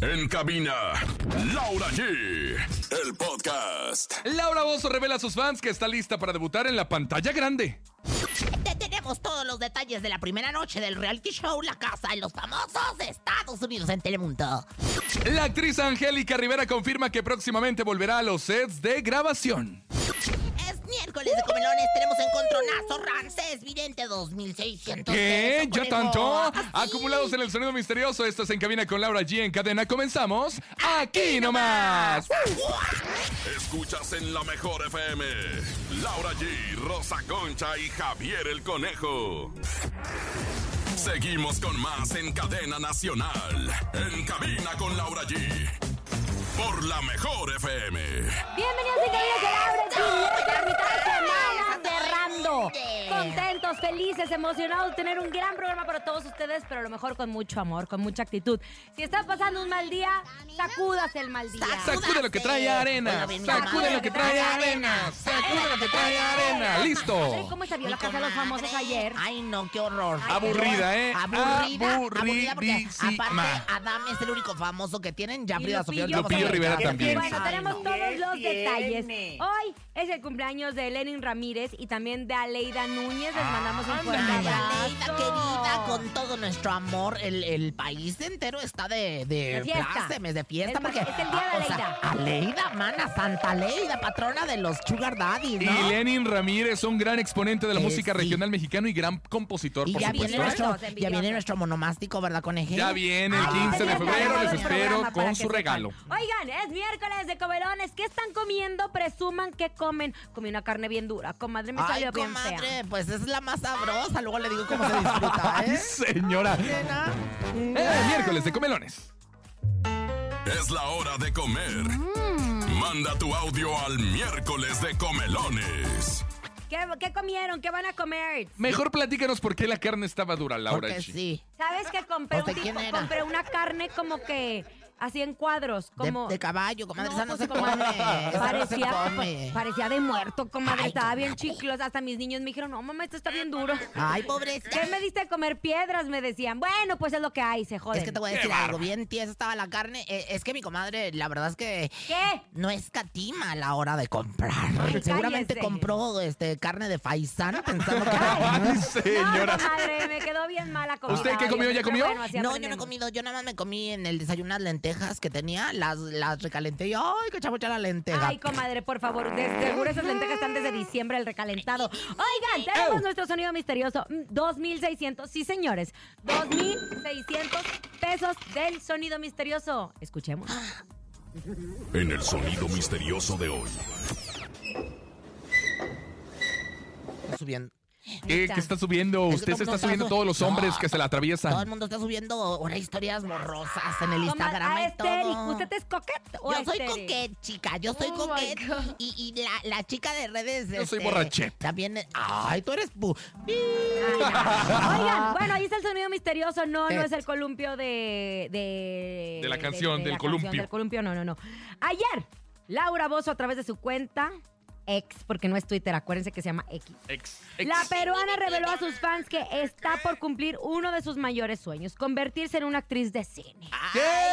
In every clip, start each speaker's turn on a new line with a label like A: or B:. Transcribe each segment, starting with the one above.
A: En cabina, Laura G. El podcast.
B: Laura Bozo revela a sus fans que está lista para debutar en la pantalla grande.
C: Te tenemos todos los detalles de la primera noche del reality show La Casa de los Famosos de Estados Unidos en Telemundo.
B: La actriz Angélica Rivera confirma que próximamente volverá a los sets de grabación.
C: Es miércoles de comelones, tenemos encontronazo Ramsés Vidente 2600.
B: ¿Qué? ¿Ya tanto?
C: Ah,
B: Acumulados
C: Acumulados
B: en el sonido misterioso, esto es En Cabina con Laura G en cadena. Comenzamos aquí nomás.
A: Escuchas en la mejor FM. Laura G, Rosa Concha y Javier el Conejo. Seguimos con más en cadena nacional. En cabina con Laura G. Por la mejor FM.
D: Bienvenidos y queridos de Laura Chile, ya mitad de semana cerrando. Contentos, felices, emocionados de tener un gran programa para todos ustedes, pero a lo mejor con mucho amor, con mucha actitud. Si estás pasando un mal día, sacudas el mal día.
B: Sacude lo que trae arena. Sacude lo que trae arena. Sacude lo que trae arena.
D: Madre,
B: Listo.
D: ¿Cómo se vio la casa de los famosos ayer?
C: Ay, no, qué horror.
B: Aburrida, ¿eh?
C: Aburrida. Aburrida porque
B: Aburridísima.
C: aparte Adam es el único famoso que tienen. Ya
D: Y
C: Frida Sofía.
D: Lupillo.
B: Lupillo Rivera también.
D: Bueno, tenemos todos los
E: tiene?
D: detalles. Hoy es el cumpleaños de Lenin Ramírez y también de Aleida Núñez. Les mandamos un fuerte
C: Ay,
D: abrazo.
C: Aleida, querida, con todo nuestro amor, el, el país entero está de, de
D: De fiesta.
C: plácemes, de fiesta.
D: Es
C: porque,
D: más, es el día de
C: ah, o sea, Aleida, mana, Santa Aleida, patrona de los Sugar Daddy,
B: Y
C: ¿no?
B: Lenin Ramírez, un gran exponente de la
C: Eh,
B: música
C: sí.
B: regional mexicana y gran compositor,
C: Y
B: por
C: ya
B: supuesto.
C: viene,
B: ¿eh?
C: nuestro,
D: Envidiosos,
C: ya viene
D: envidiosos.
C: nuestro monomástico, ¿verdad, coneje?
B: Ya viene el
C: Ah,
B: 15 de
C: tenía
B: febrero,
C: preparado
B: les
C: el
B: espero
D: programa para
B: con
D: que
B: su
D: sepan.
B: regalo.
D: Oigan, es miércoles de comelones. ¿Qué están comiendo? Presuman que comen. Comí una carne bien dura. Comadre, me
C: Ay,
D: salió bien fea.
C: comadre, pues es la más sabrosa. Luego le digo cómo se disfruta,
B: Ay,
C: ¿eh?
B: señora.
C: Nena.
B: Eh, miércoles de comelones.
A: Es la hora de comer. Manda tu audio al miércoles de comelones.
D: ¿Qué, qué comieron? ¿Qué van a comer?
B: Mejor platícanos por qué la carne estaba dura, Laura.
C: Porque
B: G.
C: sí.
D: ¿Sabes que compré,
C: O sea,
D: un tipo-
C: ¿quién era?
D: compré una carne como que así en cuadros?
C: De,
D: Como...
C: de caballo, comadre,
D: No,
C: esa no
D: pues,
C: se come.
D: comadre,
C: Esa no se
D: parecía,
C: come.
D: parecía de muerto, comadre.
C: Ay,
D: estaba bien
C: comadre.
D: chiclos. Hasta mis niños me dijeron, no, mamá, esto está bien duro.
C: Ay, pobrecita.
D: ¿Qué me diste a comer piedras? Me decían. Bueno, pues es lo que hay, se joden.
C: Es que te voy a
B: Qué
C: decir
B: bárbaro.
C: algo, bien tiesa estaba la carne. Eh, es que mi comadre, la verdad es que
D: ¿Qué?
C: no escatima a la hora de comprar.
D: Ay,
C: Seguramente
D: cállese.
C: compró este, carne de faisán pensando que...
B: Ay,
D: No,
B: señora.
D: comadre, me quedó bien mala comida.
B: ¿Usted qué comió?
D: Oye,
B: ¿Ya
D: pero
B: comió?
D: bueno, así
C: No, yo no he
D: aprendemos.
C: comido, yo nada más me comí en el desayuno unas lentejas que tenía, las, las recalenté y ¡ay, qué chabucha la lenteja!
D: Ay, comadre, por favor, de seguro esas lentejas están desde diciembre, el recalentado. Oigan, tenemos
B: ¡Ew!
D: nuestro sonido misterioso. Mm, 2,600, sí, señores. 2,600 pesos del sonido misterioso. Escuchemos.
C: Ah,
A: En el sonido misterioso de hoy.
C: Subiendo.
B: ¿Qué, qué está subiendo?
C: Es que todo
B: Usted se
C: el mundo
B: está subiendo
C: su-
B: todos los
C: No,
B: hombres que se la
C: Todo el
B: atraviesan.
C: mundo está subiendo ahora historias borrosas en el
D: Comadre,
C: Instagram
D: ah,
C: y
D: estéril.
C: todo.
D: ¿Usted es coquete o
C: Yo soy
D: estéril?
C: coquet, chica. Yo soy
D: Oh,
C: coquet.
D: my God.
C: Y, y la, la chica de redes. este,
B: Yo soy borracheta.
C: También. Ay, tú eres. bu-
D: Ay, no. Oigan, bueno, ahí está el sonido misterioso. No, no
C: Eh.
D: es el columpio de. De,
B: De la canción, del
D: la
B: columpio.
D: del columpio, no, no, no. Ayer, Laura Bozo, a través de su cuenta, ex, porque no es Twitter, acuérdense que se llama X.
B: Ex, ex.
D: La peruana reveló a sus fans que está por cumplir uno de sus mayores sueños, convertirse en una actriz de cine.
C: Ay,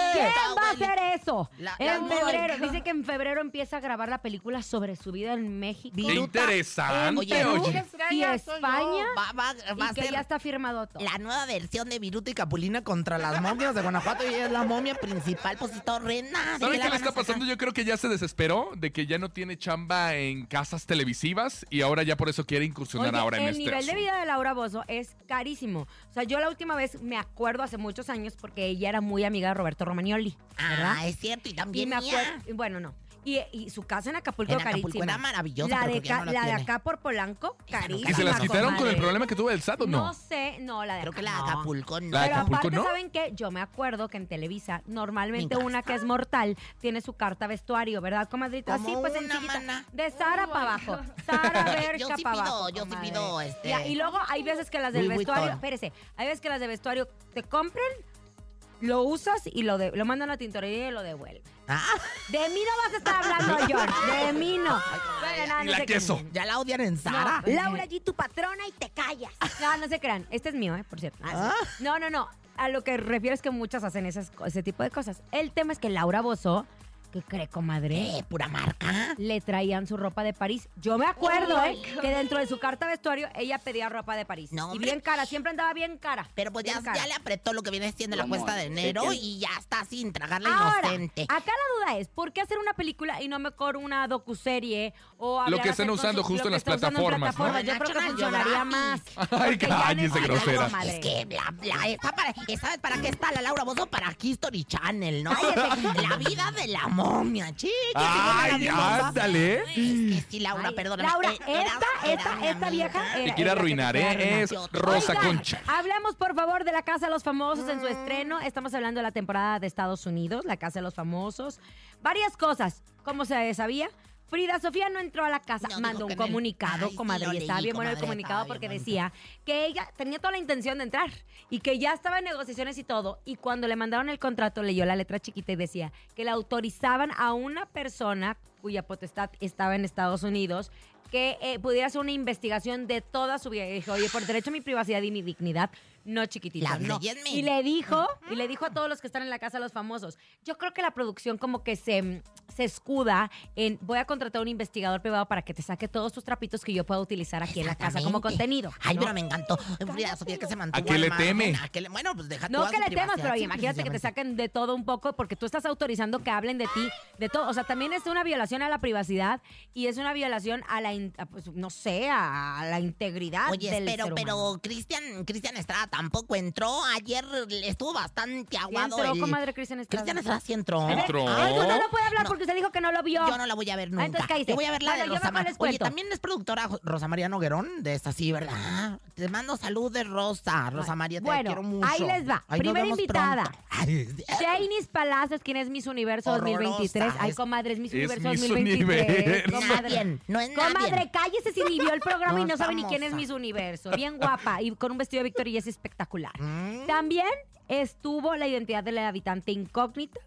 D: ¿Quién
C: Ah, está
D: va a
C: abuelita.
D: hacer eso?
C: La- la
D: en
C: abuelita.
D: febrero. Dice que en febrero empieza a grabar la película sobre su vida en México.
B: Qué interesante,
D: en
C: Oye,
D: Perú
C: qué
B: oye.
D: y España.
C: Va, va, va a
D: Y que
C: ser
D: ya está firmado todo.
C: la nueva versión de Viruta y Capulina contra las momias de Guanajuato. Y es la momia principal, pues está horrenda. ¿De
B: ¿Sabe qué
C: la
B: le
C: van a
B: está pasando? Yo creo que ya se desesperó de que ya no tiene chamba en casas televisivas y ahora ya por eso quiere incursionar
D: Oye,
B: ahora en
D: el
B: este
D: nivel de
B: asunto.
D: vida de Laura Bozo es carísimo. O sea, yo la última vez me acuerdo hace muchos años porque ella era muy amiga de Roberto Romagnoli.
C: sacar? Ah, es cierto. Y
D: Y
C: también
D: me
C: mía.
D: acuerdo, y bueno, no. Y, y su casa en Acapulco,
C: En Acapulco
D: carísima.
C: era maravillosa,
D: La,
C: pero creo
D: de,
C: que ya
D: ca-
C: no la
D: la de
C: tiene.
D: acá por Polanco,
C: Esa no
D: carísima.
B: ¿Y se las
C: Mamá,
B: quitaron con el
D: comadre.
B: problema que tuvo el SAT o no?
D: No sé, no, la de
C: Creo que la de
D: acá- no.
C: Acapulco no.
B: La de
D: Pero
B: Acapulco,
D: aparte,
B: ¿no?
D: ¿saben qué? Yo me acuerdo que en Televisa, normalmente
C: Venga.
D: una que es mortal tiene su carta vestuario, ¿verdad, comadrita?
C: Como
D: sí, pues
C: una,
D: sencillita.
C: mana.
D: De Sara para abajo. Sara
C: Yo
D: Berca
C: sí
D: para
C: pido,
D: abajo.
C: yo sí
D: comadre.
C: pido, este,
D: Y, y luego hay veces que las del
C: Louis
D: vestuario,
C: Vuitton.
D: espérese, hay veces que las de vestuario te compran, lo usas y lo, de- lo mandan a la tintorería y lo devuelven.
C: Ah,
D: De mí no vas a estar hablando, John. De mí no. Bueno, no,
B: Y
D: no
B: la
D: sé qué.
B: queso.
C: ya la odian en
D: No, pues
C: Sara.
D: Laura G, tu patrona y te callas. No, no se crean. Este es mío, ¿eh? Por cierto. Ah, sí. No, no, no. a lo que refieres que muchas hacen esas co- ese tipo de cosas. El tema es que Laura Bozo, que cree comadre,
C: ¿Qué? Eh, ¿Pura marca?
D: le traían su ropa de París. Yo me acuerdo,
E: Ay,
D: ¿eh?
E: cabrón.
D: Que dentro de su carta de vestuario ella pedía ropa de París.
C: No,
D: y
C: hombre.
D: bien cara, siempre andaba bien cara.
C: Pero pues ya,
D: bien cara.
C: ya le apretó lo que viene siendo la
E: ¿Cómo?
C: cuesta de
E: ¿De
C: enero
E: qué?
C: y ya está sin tragar la
D: Ahora,
C: inocente.
D: acá la duda es, ¿por qué hacer una película y no mejor una docuserie o
B: Lo
D: hablar
B: que están
D: acerca-
B: usando
D: lo
B: justo
D: que
B: en las
D: está usando en
B: plataformas, ¿no?
D: plataformas? Yo creo que
C: National
D: funcionaría
C: Geographic.
D: más.
B: Ay,
D: porque ya
B: cállese,
D: no-
B: grosera.
D: comadre.
C: Es que bla bla, está para, ¿y ¿sabes para qué está la Laura Bozo? Para History Channel, ¿no? la vida de la momia, chica.
B: ¡Ay, ándale!
C: Es que sí, Laura,
D: Ay,
C: perdóname.
D: Laura,
C: Eh,
D: esta,
C: era-
D: esta,
C: era mi
D: esta
C: amiga.
D: vieja.
B: Te
D: era-
B: quiere
D: era la que te
B: arruinar,
D: quería arruinar.
B: ¿eh? Es Rosa
D: Oigan,
B: Concha.
D: Hablemos, por favor, de la Casa de los Famosos en su estreno. Estamos hablando de la temporada de Estados Unidos, la Casa de los Famosos. Varias cosas. Como se sabía, Frida Sofía no entró a la casa.
C: No, dijo
D: mandó un
C: que en el-
D: comunicado,
C: Ay, sí,
D: comadre.
C: lo
D: y estaba
C: leí,
D: bien bueno el
C: comadre,
D: comunicado
C: estaba
D: porque
C: bien bueno.
D: decía que ella tenía toda la intención de entrar y que ya estaba en negociaciones y todo. Y cuando le mandaron el contrato, leyó la letra chiquita y decía que la autorizaban a una persona cuya potestad estaba en Estados Unidos que eh, pudiera hacer una investigación de toda su vida. Y Dije, oye, por derecho a mi privacidad y mi dignidad, no chiquitita.
C: Las
D: no".
C: leyes me-
D: Y le dijo, y le dijo a todos los que están en la casa de los famosos, yo creo que la producción como que se, se escuda en, voy a contratar a un investigador privado para que te saque todos tus trapitos que yo pueda utilizar aquí en la casa como
C: Exactamente.
D: contenido.
C: Ay,
D: ¿no?
C: pero me encantó. Frida Sofía que se mantuvo.
B: ¿A qué le
C: al margen,
B: teme?
C: a que le- bueno, pues deja
D: No
C: toda
D: que
C: su
D: le temas,
C: privacidad,
D: pero oye,
C: sí,
D: imagínate que te
C: precisamente.
D: saquen de todo un poco porque tú estás autorizando que hablen de ti, de todo. O sea, también es una violación a la privacidad y es una violación a la, in- a, pues, no sé, a a la integridad
C: Oye,
D: del
C: pero,
D: ser humano.
C: pero Cristian, Cristian Estrada tampoco entró. Ayer estuvo bastante
D: Sí
C: aguado
D: entró,
C: el.
D: comadre Cristian Estrada.
C: Cristian Estrada sí entró.
D: A ver,
B: Entró.
D: Ay, tú no lo puedes hablar
C: No.
D: porque usted dijo que no lo vio.
C: Yo no la voy a ver nunca.
D: Ah, entonces, cállese.
C: Yo voy a ver la
D: Bueno,
C: de
D: yo
C: Rosa
D: mejor
C: Ma-
D: les
C: Oye,
D: cuento.
C: también es productora Jo- Rosa María Noguerón de esta, sí, ¿verdad? Te mando saludos, Rosa. Rosa María, te
D: Bueno,
C: quiero mucho.
D: ahí les va.
C: Ahí nos
D: Primera
C: vemos
D: invitada.
C: pronto. Ay,
D: Jainis Palacios, quien es Miss Universo
C: Horrorosa,
D: 2023. Ay,
C: es-
D: comadre, es Miss
B: es
D: Universo
B: Miss
D: 2023.
B: Universo.
D: Comadre.
C: Nadie, no es
D: Comadre,
C: nadie.
D: cállese si ni vio el programa y
C: No
D: no
C: es
D: sabe ni quién es
C: famosa.
D: Miss Universo. Bien guapa y con un vestido de Victoria y es espectacular.
C: Mm.
D: También estuvo la identidad del habitante incógnita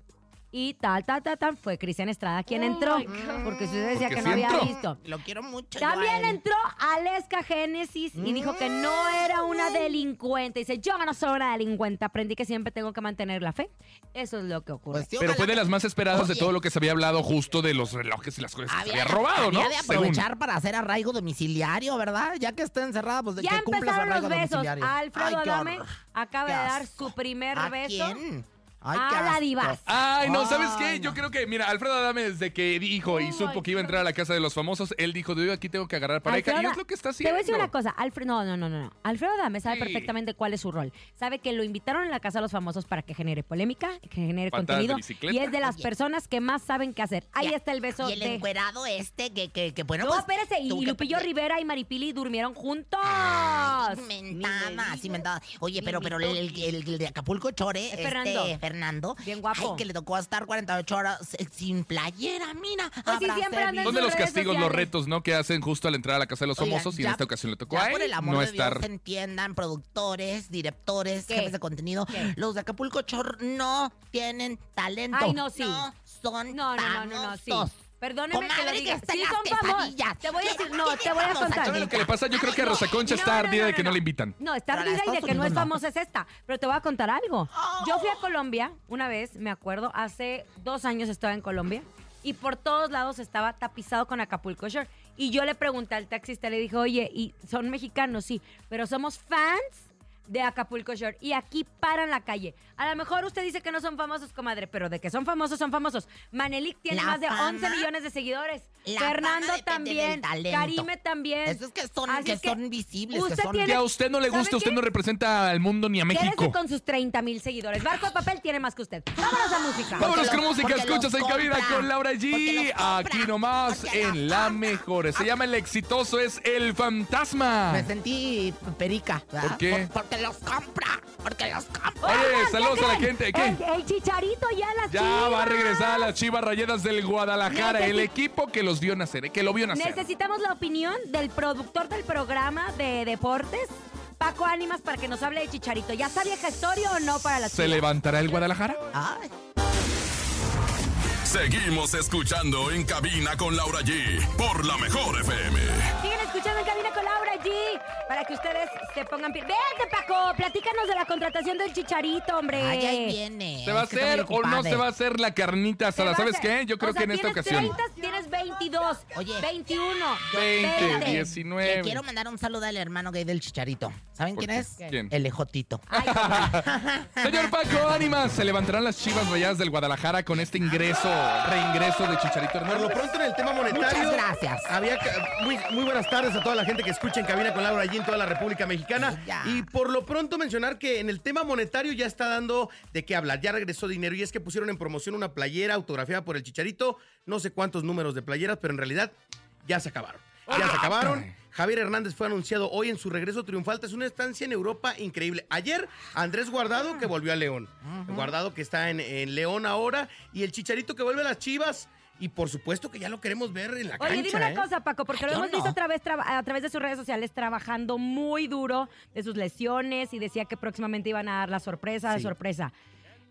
D: y tal, tal, tal, tal. Fue Cristian Estrada quien
E: Oh
D: entró.
E: my God.
D: Porque usted decía
B: Porque
D: que
B: sí
D: no había
B: entró.
D: visto.
C: Lo quiero mucho. yo a
D: También
C: él.
D: entró Aleska Génesis y dijo que no era una
C: Mm.
D: delincuente. Dice, yo no soy una delincuente. Aprendí que siempre tengo que mantener la fe. Eso es lo que ocurre.
C: Pues sí,
B: Pero
C: ojalá
B: fue de
C: que-
B: las más esperadas de
C: Oye.
B: todo lo que se había hablado justo de los relojes y las cosas que se había robado, ¿no?
C: había de
B: Según.
C: aprovechar para hacer arraigo domiciliario, ¿verdad? Ya que está encerrada, pues de
D: ya
C: que cumpla su
D: empezaron
C: arraigo
D: los besos.
C: domiciliario.
D: Alfredo
C: Ay, qué
D: Adame
C: horror.
D: acaba
C: Qué
D: de dar
C: asco.
D: su primer
C: ¿A
D: beso.
C: quién? Ay,
D: A
C: qué
D: la
C: asco.
D: divaza.
B: Ay, no, ¿sabes
C: Ay,
B: qué? Yo
C: no.
B: creo que, mira, Alfredo Adame desde que dijo y
E: Oh
B: supo
E: my
B: que iba a entrar a la casa de los famosos, él dijo, yo aquí tengo que agarrar pareja.
D: Alfredo
B: y es
D: Adame-
B: lo que está
D: Te
B: haciendo.
D: voy a decir una cosa, Alfredo, no, no, no, no, no. Alfredo Dame sabe
B: Sí.
D: perfectamente cuál es su rol. Sabe que lo invitaron a la casa de los famosos para que genere polémica, que genere
B: Patadas de
D: contenido
B: bicicleta.
D: y es de las
C: Oye.
D: personas que más saben qué hacer. Ahí
C: Ya.
D: está el beso
C: Y el
D: de
C: encuerado este que, que, que bueno,
D: No,
C: pues...
D: espérese, y,
C: tú
D: y
C: que-
D: Lupillo Rivera y Maripili durmieron juntos.
C: Ay,
D: Ni me
C: Inventadas,
D: digas.
C: inventadas. Oye,
D: ni
C: pero,
D: me
C: pero el, el-
D: toques.
C: el- el de Acapulco Chore,
D: Es
C: este
D: Fernando.
C: Fernando,
D: Bien guapo.
C: Ay, que le tocó estar 48 horas eh, sin playera, mira.
D: Pues sí,
C: habrá
D: siempre anda en
B: Son de
D: sus
B: los
D: redes
B: castigos, los
D: sociales.
B: retos, ¿no? Que hacen justo al entrar a la casa de los
C: Oigan,
B: famosos y en
C: ya-
B: esta ocasión le tocó
C: ya
B: a él
C: por el amor
B: no
C: de
B: estar.
C: Dios, se entiendan, productores, directores,
D: ¿Qué?
C: jefes de contenido.
D: ¿Qué?
C: Los de Acapulco Chor no tienen talento.
D: Ay, no, sí.
C: No son
D: No, no, no, no, no, sí.
C: famosos.
D: Perdóneme que lo
C: Comadre,
D: diga.
C: que están
D: Sí
C: las
D: son famosos.
C: pesadillas.
D: Te voy a
C: ¿Qué-
D: decir, no,
C: qué
D: te voy a
C: vamos a
D: contar.
B: ¿Saben lo que le pasa? Yo creo que Rosa Concha está
D: No, no,
B: ardida
D: no,
B: de que
D: no,
B: no
D: no.
B: la invitan.
D: No, está
C: Pero la de
D: ardida y de
C: Estados
D: que no es
C: Unidos no. Oh.
D: famosa es esta. Pero te voy a contar algo. Yo fui a Colombia una vez, me acuerdo, hace dos años estaba en Colombia y por todos lados estaba tapizado con Acapulco Shore. Y yo le pregunté al taxista, le dije, oye, ¿y son mexicanos? Sí, pero somos fans de Acapulco Shore y aquí paran la calle. A lo mejor usted dice que no son famosos, comadre, pero de que son famosos, son famosos. Manelik tiene
C: La
D: más de
C: fama-
D: 11 millones de seguidores.
C: La
D: Fernando
C: fama depende
D: también.
C: del talento.
D: Karime también.
C: Esos que son,
D: Así
C: que
D: es que
C: son visibles,
D: usted
C: que son...
D: tiene-
B: Que a usted no le
D: ¿Sabe
B: guste, usted
D: qué?
B: no representa al mundo ni a
D: Quédese
B: México.
D: con sus 30 mil seguidores. Barco de papel tiene más que usted.
C: ¡Ah!
D: Vámonos a música.
C: Vamos.
B: Vámonos
C: Porque
B: con
C: los-
B: música,
C: porque
B: escuchas
C: los
B: en cabina
C: compra.
B: con Laura G.
C: Porque los compra.
B: Aquí nomás
C: Porque los
B: en La
C: compra.
B: Mejor. Se llama El Exitoso, es El Fantasma.
C: Me sentí perica. ¿verdad?
B: Ah. ¿Por qué?
C: Por- porque los compra, porque los compra.
B: Oye,
D: Oigan,
B: saludos
D: ¿qué
B: a la
D: creen?
B: gente. ¿Qué?
D: El, el chicharito ya las
B: Ya
D: Chivas.
B: va a regresar a las Chivas Rayadas del Guadalajara,
D: Necesi-
B: el equipo que los vio nacer, eh, que lo vio nacer.
D: Necesitamos la opinión del productor del programa de deportes, Paco Ánimas, para que nos hable de chicharito. ¿Ya está vieja historia o no para las
B: ¿Se
D: Chivas?
B: levantará el Guadalajara?
C: Ay.
A: Seguimos escuchando en cabina con Laura G por la mejor FM.
D: Siguen escuchando en cabina con Laura G. allí para que ustedes se pongan pie. Vente, Paco, platícanos de la contratación del chicharito, hombre.
C: Ay, ahí viene.
B: ¿Se va a
C: Es que está muy
B: hacer o no
C: ocupada.
B: se va a hacer la carnita
D: Se va
B: asada?
D: a
B: ¿Sabes
D: hacer-
B: qué? Yo creo
D: o sea,
B: que en esta
D: tienes
B: ocasión.
D: 30, tienes 22,
C: Oye.
D: 21,
B: 20,
D: 20.
B: 19.
C: Le quiero mandar un saludo al hermano gay del Chicharito. ¿Saben
B: ¿Por
C: quién
B: qué?
C: es?
B: ¿Quién?
C: El Ejotito.
D: Ay,
B: Señor Paco, ánimas. Se levantarán las chivas rayadas del Guadalajara con este ingreso, reingreso de Chicharito
E: Por lo
B: Hernández.
E: pronto en el tema monetario.
C: Muchas gracias.
E: Había ca- muy, muy buenas tardes a toda la gente que escucha en cabina con Laura allí en toda la República Mexicana.
C: Ya.
E: Y por lo pronto mencionar que en el tema monetario ya está dando de qué hablar. Ya regresó dinero y es que pusieron en promoción una playera autografiada por el Chicharito. No sé cuántos números de playeras, pero en realidad ya se acabaron. Ya se acabaron. Javier Hernández fue anunciado hoy en su regreso triunfal tras una estancia en Europa increíble. Ayer, Andrés Guardado, que volvió a León. Guardado que está en, en León ahora. Y el Chicharito que vuelve a las Chivas. Y por supuesto que ya lo queremos ver en la cancha.
D: Oye, dime una
E: ¿eh?
D: cosa, Paco, porque lo
C: Yo
D: hemos
C: no.
D: visto a través, traba- a través de sus redes sociales trabajando muy duro de sus lesiones y decía que próximamente iban a dar la sorpresa, la
E: Sí.
D: sorpresa.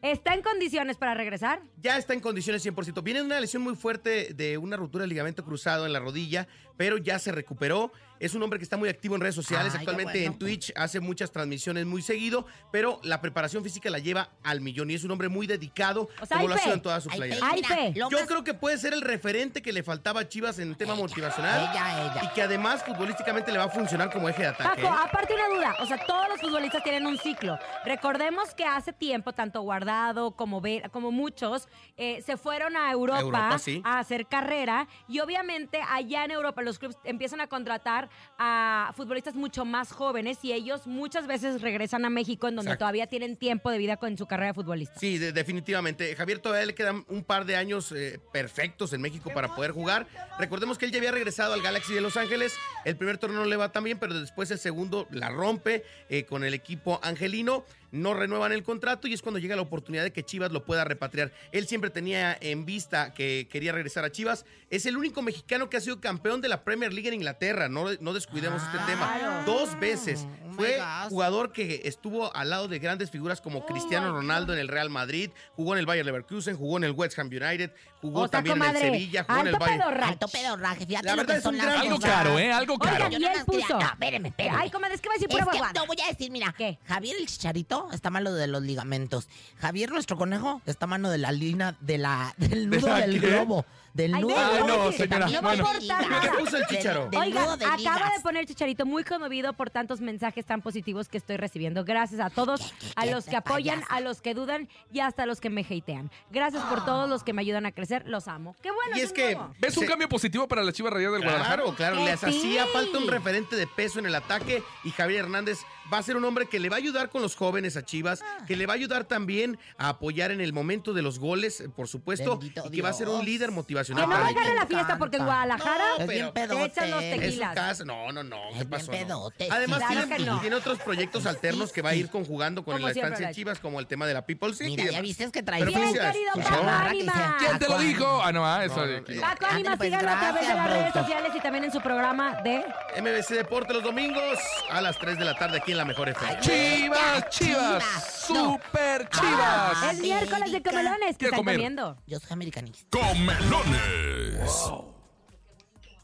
D: ¿Está en condiciones para regresar?
E: Ya está en condiciones 100%. Viene de una lesión muy fuerte de una ruptura del ligamento cruzado en la rodilla, pero ya se recuperó. Es un hombre que está muy activo en redes sociales,
C: Ay, qué
E: actualmente
C: bueno.
E: en Twitch, hace muchas transmisiones muy seguido, pero la preparación física la lleva al millón y es un hombre muy dedicado,
D: O sea,
E: como
D: hay
E: lo ha sido
D: fe.
E: en todas sus
C: Ay,
E: playas.
C: Pei,
D: Ay,
C: mira,
D: fe.
C: lo
E: Yo
C: más-
E: creo que puede ser el referente que le faltaba a Chivas en el tema motivacional
C: ella, ella.
E: y que además futbolísticamente le va a funcionar como eje de ataque.
D: Paco,
E: ¿eh?
D: aparte una duda, o sea, todos los futbolistas tienen un ciclo. Recordemos que hace tiempo, tanto Guardado como, Ve- como muchos, eh, se fueron a Europa,
E: A Europa, sí.
D: a hacer carrera y obviamente allá en Europa los clubes empiezan a contratar a futbolistas mucho más jóvenes y ellos muchas veces regresan a México en donde
E: Exacto.
D: todavía tienen tiempo de vida con su carrera de futbolista.
E: Sí, de- definitivamente. Javier todavía le quedan un par de años eh, perfectos en México para poder jugar. Recordemos que él ya había regresado al Galaxy de Los Ángeles. El primer torneo no le va tan bien, pero después el segundo la rompe eh, con el equipo angelino. No renuevan el contrato y es cuando llega la oportunidad de que Chivas lo pueda repatriar. Él siempre tenía en vista que quería regresar a Chivas. Es el único mexicano que ha sido campeón de la Premier League en Inglaterra. No, no descuidemos este tema. Dos veces.
C: Oh my
E: Fue
C: gosh.
E: jugador que estuvo al lado de grandes figuras como Cristiano Ronaldo en el Real Madrid, jugó en el Bayern Leverkusen, jugó en el West Ham United, jugó
D: O sea,
E: también en el
D: comadre,
E: Sevilla, jugó en el
D: alto
E: Bayern.
D: pedorra.
C: Alto pedorraje, fíjate
E: La
C: lo
E: verdad
C: que
E: es
C: son
E: un
C: las
E: gran
B: Algo
C: cosas.
B: caro, ¿eh? Algo
D: Oigan,
B: caro.
D: yo-
C: Yo
D: Y
C: nada
D: él
C: más quería-
D: puso.
C: No, espérame, espérame.
D: Ay, comadre, es que va a decir
C: Es
D: pura
C: que
D: guaguada.
C: no voy a decir, mira,
D: ¿Qué?
C: Javier el chicharito está malo de los ligamentos. Javier nuestro conejo está malo de la lina de la del
B: ¿De
C: nudo
B: la
C: del
B: qué?
C: globo, del
D: Ay,
C: nudo.
D: ve,
B: Ay,
C: del
B: no,
C: globo.
B: señora,
D: no
B: bueno.
D: me importa
C: Del-
D: nada.
E: ¿Qué puso el chícharo?
C: del
D: Oiga,
C: nudo de
D: acaba
C: ligas.
D: de poner Chicharito muy conmovido por tantos mensajes tan positivos que estoy recibiendo. Gracias a todos,
C: qué,
D: a
C: qué
D: los
C: te
D: que apoyan,
C: payasa?
D: a los que dudan y hasta a los que me hatean. Gracias por todos los que me ayudan a crecer, los amo. Qué bueno.
E: Y es
D: un
E: que-
D: nuevo.
B: ¿Ves un
E: Se-
B: cambio positivo para las chivas rayadas del Guadalajara?
E: Claro, claro,
D: Que
E: les hacía
D: sí.
E: falta un referente de peso en el ataque y Javier Hernández va a ser un hombre que le va a ayudar con los jóvenes a Chivas,
D: Ah.
E: que le va a ayudar también a apoyar en el momento de los goles, eh, por supuesto,
C: Bendito
E: y que va a ser un
C: Dios.
E: líder motivacional
D: Que no va
E: para el
D: a
E: equipo.
D: ganar la
C: me
D: fiesta porque en
C: encanta.
D: Guadalajara.
E: No,
C: Es
E: pero-
C: bien
D: Te echan los
C: pedote.
E: Es su
D: tequilas.
E: casa. No, no, no. ¿Qué
C: Es bien
E: pasó? No.
C: pedote.
E: Además,
D: Claro
E: tiene,
D: que no.
E: tiene otros proyectos alternos que va a ir conjugando con
D: Como
E: la
D: siempre,
E: estancia en
D: Lachi.
E: Chivas, como el tema de la People City. y
C: Mira, ya
E: demás.
C: viste que
E: Pero
C: traes.
D: Bien,
E: felicidades.
D: querido
E: Su
D: Paco
E: show.
C: Barra que dice,
D: Ánimas.
B: ¿Quién te lo
C: Paco,
B: dijo? Ah, no, ah, eso.
E: No,
B: de-
E: no, no.
D: Paco
C: Ándale,
D: Ánimas,
C: pues,
D: síganlo a través de
C: gracias,
D: las redes
C: productor.
D: sociales y también en su programa de
E: MBC Deporte los domingos a las 3 de la tarde aquí en la mejor FM.
B: Chivas, chivas,
C: Chivas, no.
B: super
C: Ah,
B: chivas.
D: El miércoles de
C: América.
D: Comelones que
B: Quiero
D: están
B: comer.
D: comiendo.
C: Yo soy americanista.
A: Comelones.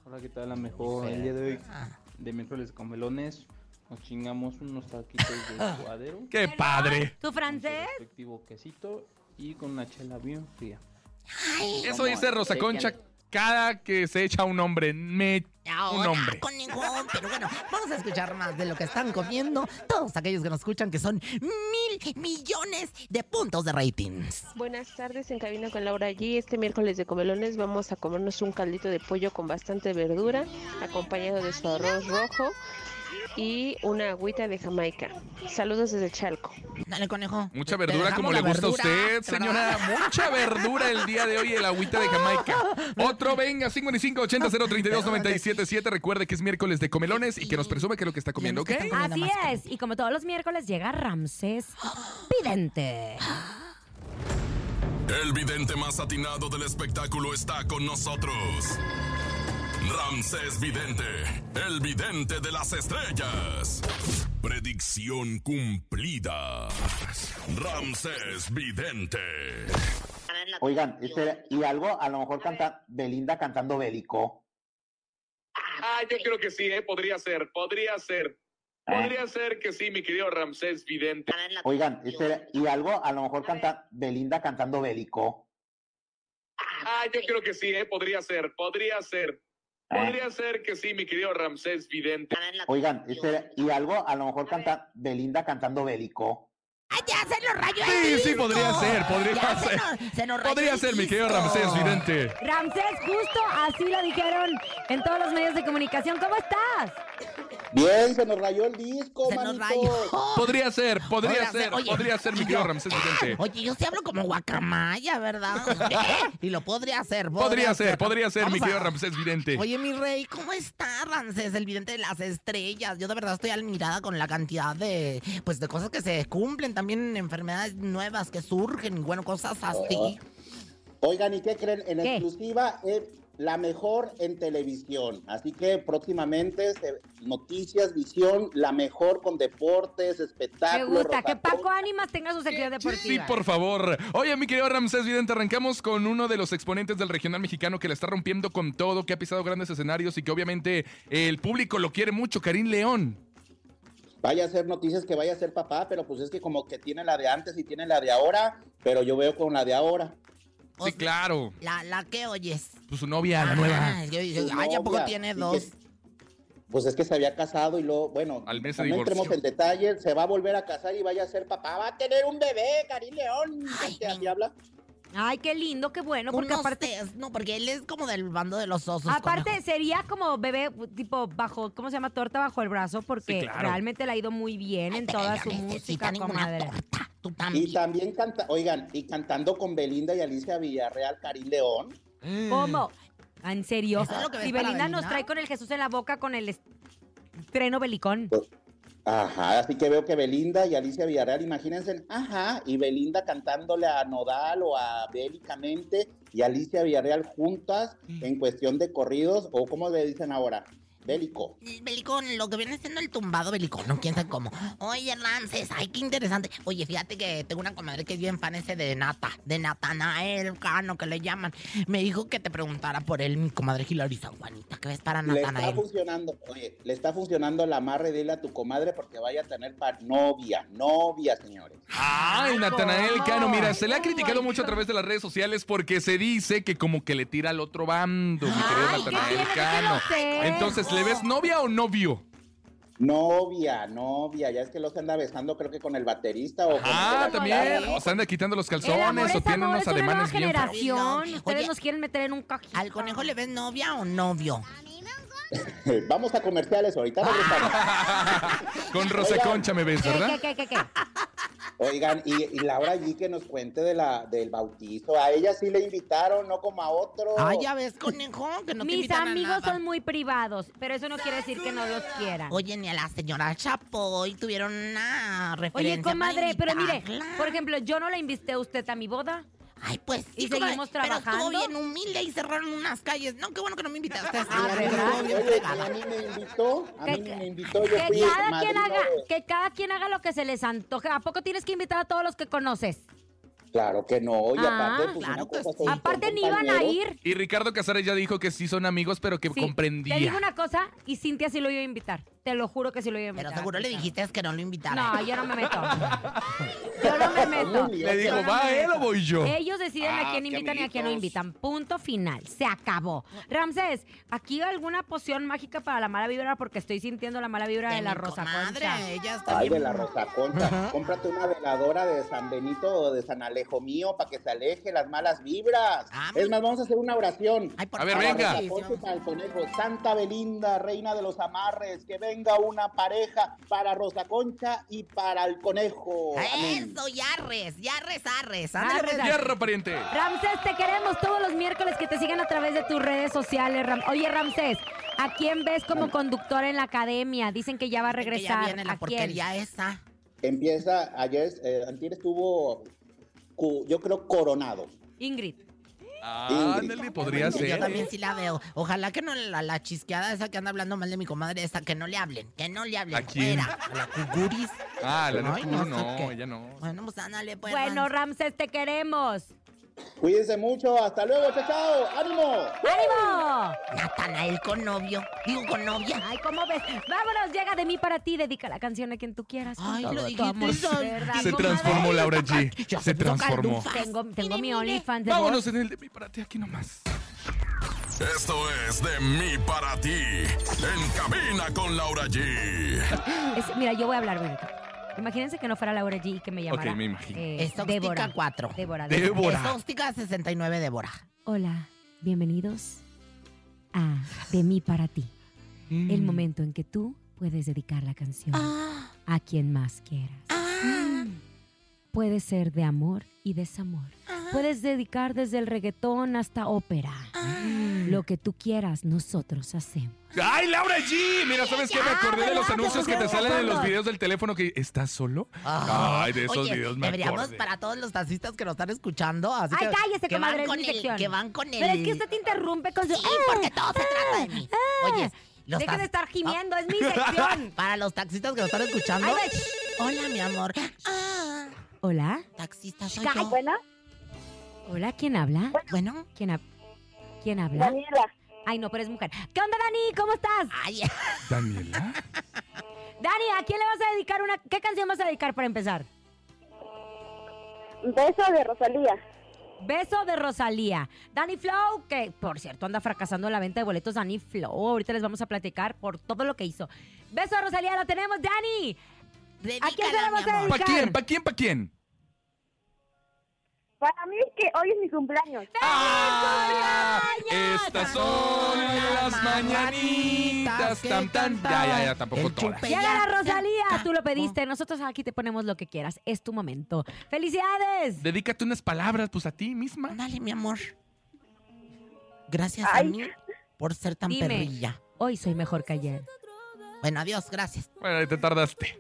F: Hola, ¿qué tal? La mejor. El día de hoy, de miércoles con melones, nos chingamos unos taquitos de suadero,
B: Qué padre.
D: ¿Tu francés?
F: respectivo quesito y con una chela bien fría.
B: Eso dice Rosa Concha cada que se echa un hombre. Me... Un
C: Ahora,
B: hombre.
C: con ningún, pero bueno, vamos a escuchar más de lo que están comiendo todos aquellos que nos escuchan, que son mil millones de puntos de ratings.
G: Buenas tardes, en cabina con Laura G. Este miércoles de comelones vamos a comernos un caldito de pollo con bastante verdura, acompañado de su arroz rojo y una agüita de Jamaica. Saludos desde Chalco.
C: Dale, conejo.
B: Mucha
C: Te- te
B: verdura
C: dejamos
B: como
C: la
B: le gusta a
C: verdura,
B: usted,
C: te la
B: señora. Mucha verdura el día de hoy, el agüita de Jamaica. Otro, venga, 55 80 0 32 97 7. Recuerde que es miércoles de comelones y que nos presume que es lo que está comiendo, ¿ok?
C: Ya nos está Nada
D: Así
C: más que-
D: es. Y como todos los miércoles llega Ramsés Vidente.
A: El vidente más atinado del espectáculo está con nosotros. Ramsés Vidente, el vidente de las estrellas. Predicción cumplida. Ramsés Vidente.
H: Oigan, este, y algo, a lo mejor canta Belinda cantando bélico. Ah, yo creo que sí, ¿eh? podría ser, podría ser. Podría ser que sí, mi querido Ramsés Vidente.
I: Oigan, espera, y algo, a lo mejor canta Belinda cantando bélico.
H: Ah, yo creo que sí, ¿eh? podría ser, podría ser. Podría ser que sí, mi querido Ramsés Vidente.
I: Oigan, espera, y algo, a lo mejor canta Belinda cantando bélico.
C: ¡Ay, ya se nos rayó el
B: Sí, sí,
C: disco!
B: podría ser, podría
C: Ya se
B: ser.
C: nos- se nos rayó
B: Podría
C: el
B: ser, mi querido
C: disco.
B: Ramsés Vidente.
D: Ramsés, justo así lo dijeron en todos los medios de comunicación. ¿Cómo estás?
I: Bien, se nos rayó el disco,
C: Se nos rayó.
B: Podría ser, podría
C: Podría
B: ser,
C: ser, oye,
B: podría ser, mi
C: y
B: querido
C: yo-
B: Ramsés Vidente.
C: Oye, yo sí hablo como guacamaya, ¿verdad? ¿Eh? Y lo podría hacer.
B: Podría ser, podría ser,
C: Vamos
B: mi querido
C: a-
B: Ramsés Vidente.
C: Oye, mi rey, ¿cómo está Ramsés, el vidente de las estrellas? Yo de verdad estoy admirada con la cantidad de, pues, de cosas que se cumplen, también enfermedades nuevas que surgen, y bueno, cosas
I: Oh,
C: así.
I: Oigan, ¿y qué creen? En
D: ¿Qué?
I: exclusiva es la mejor en televisión. Así que próximamente se- Noticias Visión, la mejor con deportes,
D: Me
I: espectáculos.
D: gusta que
I: rotatón.
D: Paco Ánimas tenga su sección
B: Sí,
D: deportiva.
B: por favor. Oye, mi querido Ramsés Vidente, arrancamos con uno de los exponentes del regional mexicano que la está rompiendo con todo, que ha pisado grandes escenarios y que obviamente el público lo quiere mucho, Karim León.
I: Vaya a ser noticias que vaya a ser papá, pero pues es que como que tiene la de antes y tiene la de ahora, pero yo veo con la de ahora.
B: Sí,
C: Pues,
B: claro.
C: La, la que oyes.
B: Pues su novia, la nueva.
C: Ah, yo- yo-
I: Su
C: ay, ¿a poco
I: novia, y
C: tiene
I: que-
C: dos?
I: pues es que se había casado y luego, bueno,
B: Al mes se
I: no entremos
B: divorció.
I: en detalle, se va a volver a casar y vaya a ser papá, va a tener un bebé, Karim León, ¿qué así habla?
D: Ay, qué lindo, qué bueno, porque
C: Unos
D: aparte...
C: test, no, porque él es como del bando de los osos.
D: Aparte,
C: conejo.
D: sería como bebé, tipo, bajo, ¿cómo se llama? Torta bajo el brazo, porque
B: Sí, claro.
D: realmente le ha ido muy bien en
C: Pero
D: toda
C: ella
D: su
C: necesita
D: música,
C: ninguna
D: comadre.
C: torta. Tú
I: Y
C: también.
I: también canta, oigan, y cantando con Belinda y Alicia Villarreal, Karim León.
D: ¿Cómo? Ah, ¿En serio?
C: ¿Eso es lo que ves
D: Si
C: para
D: Belinda nos
C: Belinda?
D: trae con el Jesús en la boca, con el est- treno belicón.
I: Ajá, así que veo que Belinda y Alicia Villarreal, imagínense, ajá, y Belinda cantándole a Nodal o a Bélicamente y Alicia Villarreal juntas en cuestión de corridos o como le dicen ahora, bélico.
C: El Belicón, lo que viene siendo el tumbado belicón, no quién sabe cómo. Oye, Ramses, ay, qué interesante. Oye, fíjate que tengo una comadre que es bien fan ese de Nata, de Natanael Cano, que le llaman. Me dijo que te preguntara por él, mi comadre Hilary San Juanita, ¿qué ves para
I: Le está
C: Natanael?
I: funcionando, oye, le está funcionando el amarre, dile a tu comadre porque vaya a tener pa- novia, novia, señores.
B: Ay, Natanael
D: ¿cómo?
B: Cano, mira, se le ha
D: Ay,
B: criticado mucho a través de las redes sociales porque se dice que como que le tira al otro bando, mi querido
D: Ay, ¿qué tiene?
B: Natanael
D: ¿Qué
B: Cano.
D: lo sé?
B: Entonces, ¿le ves novia o novio?
I: Novia, novia, ya es que los anda besando creo que con el baterista o con el de la
B: Ah,
I: guitarra,
B: también.
I: ¿no?
B: O sea, anda quitando los
D: El amor
B: calzones
D: es
B: o tiene
D: amor,
B: unos
D: es una nueva
B: ademanes bien feos.
D: generación.
C: Sí, Pues, no.
D: Ustedes
C: Oye,
D: nos quieren meter en un cajito.
C: ¿Al conejo le ves novia o novio?
I: Vamos a comerciales, ahorita regresamos.
B: Con Rosa
I: Oigan.
B: Concha me ves,
D: ¿Qué,
B: ¿verdad?
D: qué, qué, qué, qué?
I: Oigan, y, y Laura allí que nos cuente de la, del bautizo, a ella sí le invitaron, no como a otro.
C: Ay, ya ves, conejo, que no te
D: Mis
C: invitan a
D: amigos
C: nada.
D: son muy privados, pero eso no quiere decir que no los quieran.
C: Oye, ni a la señora Chapoy tuvieron una referencia
D: Oye,
C: para
D: comadre,
C: Ah,
D: pero mire,
C: invitarla.
D: por ejemplo, yo no la invité a usted a mi boda.
C: Ay, pues
D: ¿Y
C: sí, comadre,
D: seguimos
C: Pero
D: trabajando?
C: estuvo bien humilde y cerraron unas calles. No, qué bueno que no me invitaste. a esa.
D: Ah, ¿verdad?
C: Estuvo bien
I: Oye, que
C: fregada.
I: a mí me invitó, a
D: Que-
I: mí me invitó, yo
D: Que
I: fui
D: cada, quien
I: madrino
D: haga,
I: de-
D: que cada quien haga lo que se les antoje. ¿A poco tienes que invitar a todos los que conoces?
I: Claro que no, y
D: Ah,
I: aparte, pues una
C: claro que
I: cosa
C: sí.
I: son- son
D: Aparte ni iban a
I: compañeros.
D: ir.
B: Y Ricardo Casares ya dijo que sí son amigos, pero que
D: Sí,
B: comprendía.
D: Te digo una cosa y Cintia sí lo iba a invitar. Te lo juro que sí lo iba a invitar.
C: Pero seguro le dijiste que no lo invitara.
D: No, yo no me meto. Yo no me meto.
B: Le
D: Yo
B: dijo,
D: no
B: ¿va
D: me
B: él
D: meto.
B: o voy yo?
D: Ellos deciden a
E: Ah,
D: quién
E: qué
D: invitan y a quién no
E: amiguitos.
D: invitan. Punto final. Se acabó. Ramsés, aquí alguna poción mágica para la mala vibra porque estoy sintiendo la mala vibra de,
C: De
D: la
C: mi
D: rosa
C: comadre,
D: concha.
C: ella está
I: Ay, de
C: bien-
I: la Rosa Concha. Cómprate una veladora de San Benito o de San Alejo mío para que se aleje las malas vibras.
C: Ah,
I: es más, vamos a hacer una oración.
C: Ay, por
B: A ver,
C: favor,
B: venga.
I: Para
C: sí,
I: Rosa Concha y
C: sí.
I: para el conejo. Santa Belinda, reina de los amarres, que venga una pareja para Rosa Concha y para el conejo. Amén.
C: Eso, yarres, yarres, arres.
D: Arres,
C: Ándale,
D: arres.
C: pues.
B: Hierro, pariente.
D: Ramsés, te queremos todos los miércoles que te sigan a través de tus redes sociales. Ram- Oye, Ramsés, ¿a quién ves como conductor en la academia? Dicen que ya va a
C: Que ya
D: regresar.
C: viene la
D: ¿A quién?
C: porquería esa.
I: Empieza ayer, eh, antier estuvo, cu- yo creo, coronado.
D: Ingrid.
B: Ándale, podría
C: Yo
B: ser.
C: también
B: ¿eh?
C: sí la veo. Ojalá que no la, la chisqueada esa que anda hablando mal de mi comadre esa, que no le hablen, que no le hablen.
B: ¿A quién?
C: Fuera, a la cucuris.
B: Ah, la
C: Ay, no
B: no,
C: sé
B: no,
C: qué.
B: ya no.
C: Bueno, pues ándale, pues.
D: Bueno,
C: Rams.
D: Ramsés, te queremos.
I: Cuídense mucho. Hasta luego. Chao, chao. ¡Ánimo!
D: ¡Ánimo!
C: Natanael con novio. Digo, con novia.
D: Ay, ¿cómo ves? Vámonos, llega de mí para ti, dedica la canción a quien tú quieras.
C: Ay,
D: Con
C: lo
D: todo tu
C: dijiste,
D: amor.
C: Sol.
D: ¿Verdad,
B: Se
D: comadre?
B: transformó Laura G.
C: Ya
B: Se
C: puso
B: transformó.
C: cardufa.
D: Tengo, tengo mi OnlyFans de
B: Vámonos
D: voz.
B: en el de mí para ti aquí nomás.
A: Esto es de mí para ti. En cabina con Laura G.
D: Es- mira, yo voy a hablar bonito. Imagínense que no fuera Laura G y que me llamara.
B: Ok, me imagino.
D: eh,
C: Es óptica
D: Débora.
C: 4.
D: Débora.
B: Débora.
C: Es óptica 69, Débora.
D: Hola, bienvenidos
B: Ah.
D: a De mí para ti.
B: Mm.
D: El momento en que tú puedes dedicar la canción
C: Ah,
D: a quien más quieras. Mm.
C: ah,
D: Puede ser de amor y desamor.
C: ah,
D: Puedes dedicar desde el reggaetón hasta ópera.
C: Ah.
D: Lo que tú quieras, nosotros hacemos.
B: ¡Ay, Laura G! Mira, ¿sabes qué? Me acordé de los
D: ¿verdad?
B: anuncios que te
D: Vamos,
B: salen en los
D: vamos.
B: videos del teléfono que ¿estás solo?
C: ah.
B: Ay, de esos
C: Oye,
B: videos me
C: Deberíamos
B: acordé.
C: para todos los taxistas que nos están escuchando. Así
D: Ay,
C: que,
D: cállese,
C: que
D: comadre,
C: van
D: es
C: con
D: mi
C: el,
D: sección.
C: que van con el.
D: Pero es que usted te interrumpe con su...
C: Sí, porque Ah. todo se trata de mí. Oye, los
D: Dejen de
C: taxistas.
D: estar gimiendo, es mi sección.
C: Para los taxistas que nos están escuchando.
D: Ay, güey.
C: Hola, mi amor. Ah,
D: Hola,
C: taxista soy
D: Cállate.
C: yo.
J: Bueno,
D: hola, ¿quién habla?
C: Bueno.
D: ¿Quién, hab- ¿Quién habla?
J: Daniela,
D: Ay, no, pero es mujer. ¿Qué onda, Dani? ¿Cómo estás?
C: Ay,
B: Daniela.
D: Dani, ¿a quién le vas a dedicar una... ¿Qué canción vas a dedicar para empezar?
J: beso de Rosalía.
D: Beso de Rosalía. Dani Flow, que por cierto anda fracasando en la venta de boletos. Dani Flow, ahorita les vamos a platicar por todo lo que hizo. Beso de Rosalía, la tenemos, Dani.
C: dedícala,
D: quién se la vas
C: mi
D: a
C: amor.
B: ¿Para quién? ¿Para quién? ¿Para quién?
J: Para mí es que hoy es mi cumpleaños.
B: Ah,
D: cumpleaños!
B: Estas son las mañanitas.
C: que
B: Tan, tan. Ya, ya, ya, tampoco
C: El
B: todas.
C: chupe
D: Llega
C: ya.
D: la Rosalía, tú lo pediste. Nosotros aquí te ponemos lo que quieras. Es tu momento. ¡Felicidades!
B: Dedícate unas palabras, pues a ti misma.
C: Dale, mi amor. Gracias
J: Ay.
C: a mí por ser tan
D: Dime.
C: perrilla.
D: Hoy soy mejor que ayer.
C: Bueno, adiós, gracias.
B: Bueno, ahí te tardaste.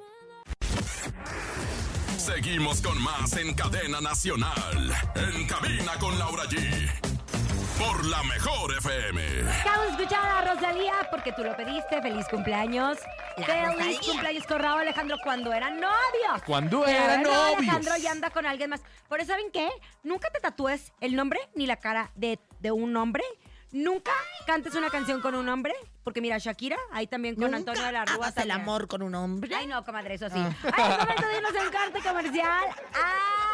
A: Seguimos con más en cadena nacional. En cabina con Laura G. Por la mejor FM.
D: Acabo de escuchar a la Rosalía porque tú lo pediste. ¡Feliz cumpleaños!
C: La
D: ¡Feliz
C: Rosalía.
D: cumpleaños con Raúl Alejandro cuando eran novios!
B: Cuando
D: Pero
B: eran
D: bueno,
B: novios.
D: Alejandro ya anda con alguien más. Por eso, ¿saben qué? Nunca te tatúes el nombre ni la cara de, de un hombre. Nunca cantes una canción con un hombre. Porque mira, Shakira, ahí también con
C: Nunca
D: Antonio de la Rúa.
C: hagas el
D: también.
C: amor con un hombre.
D: Ay, no, comadre, eso sí.
C: Ah.
D: Ay, es momento de irnos a un corte comercial.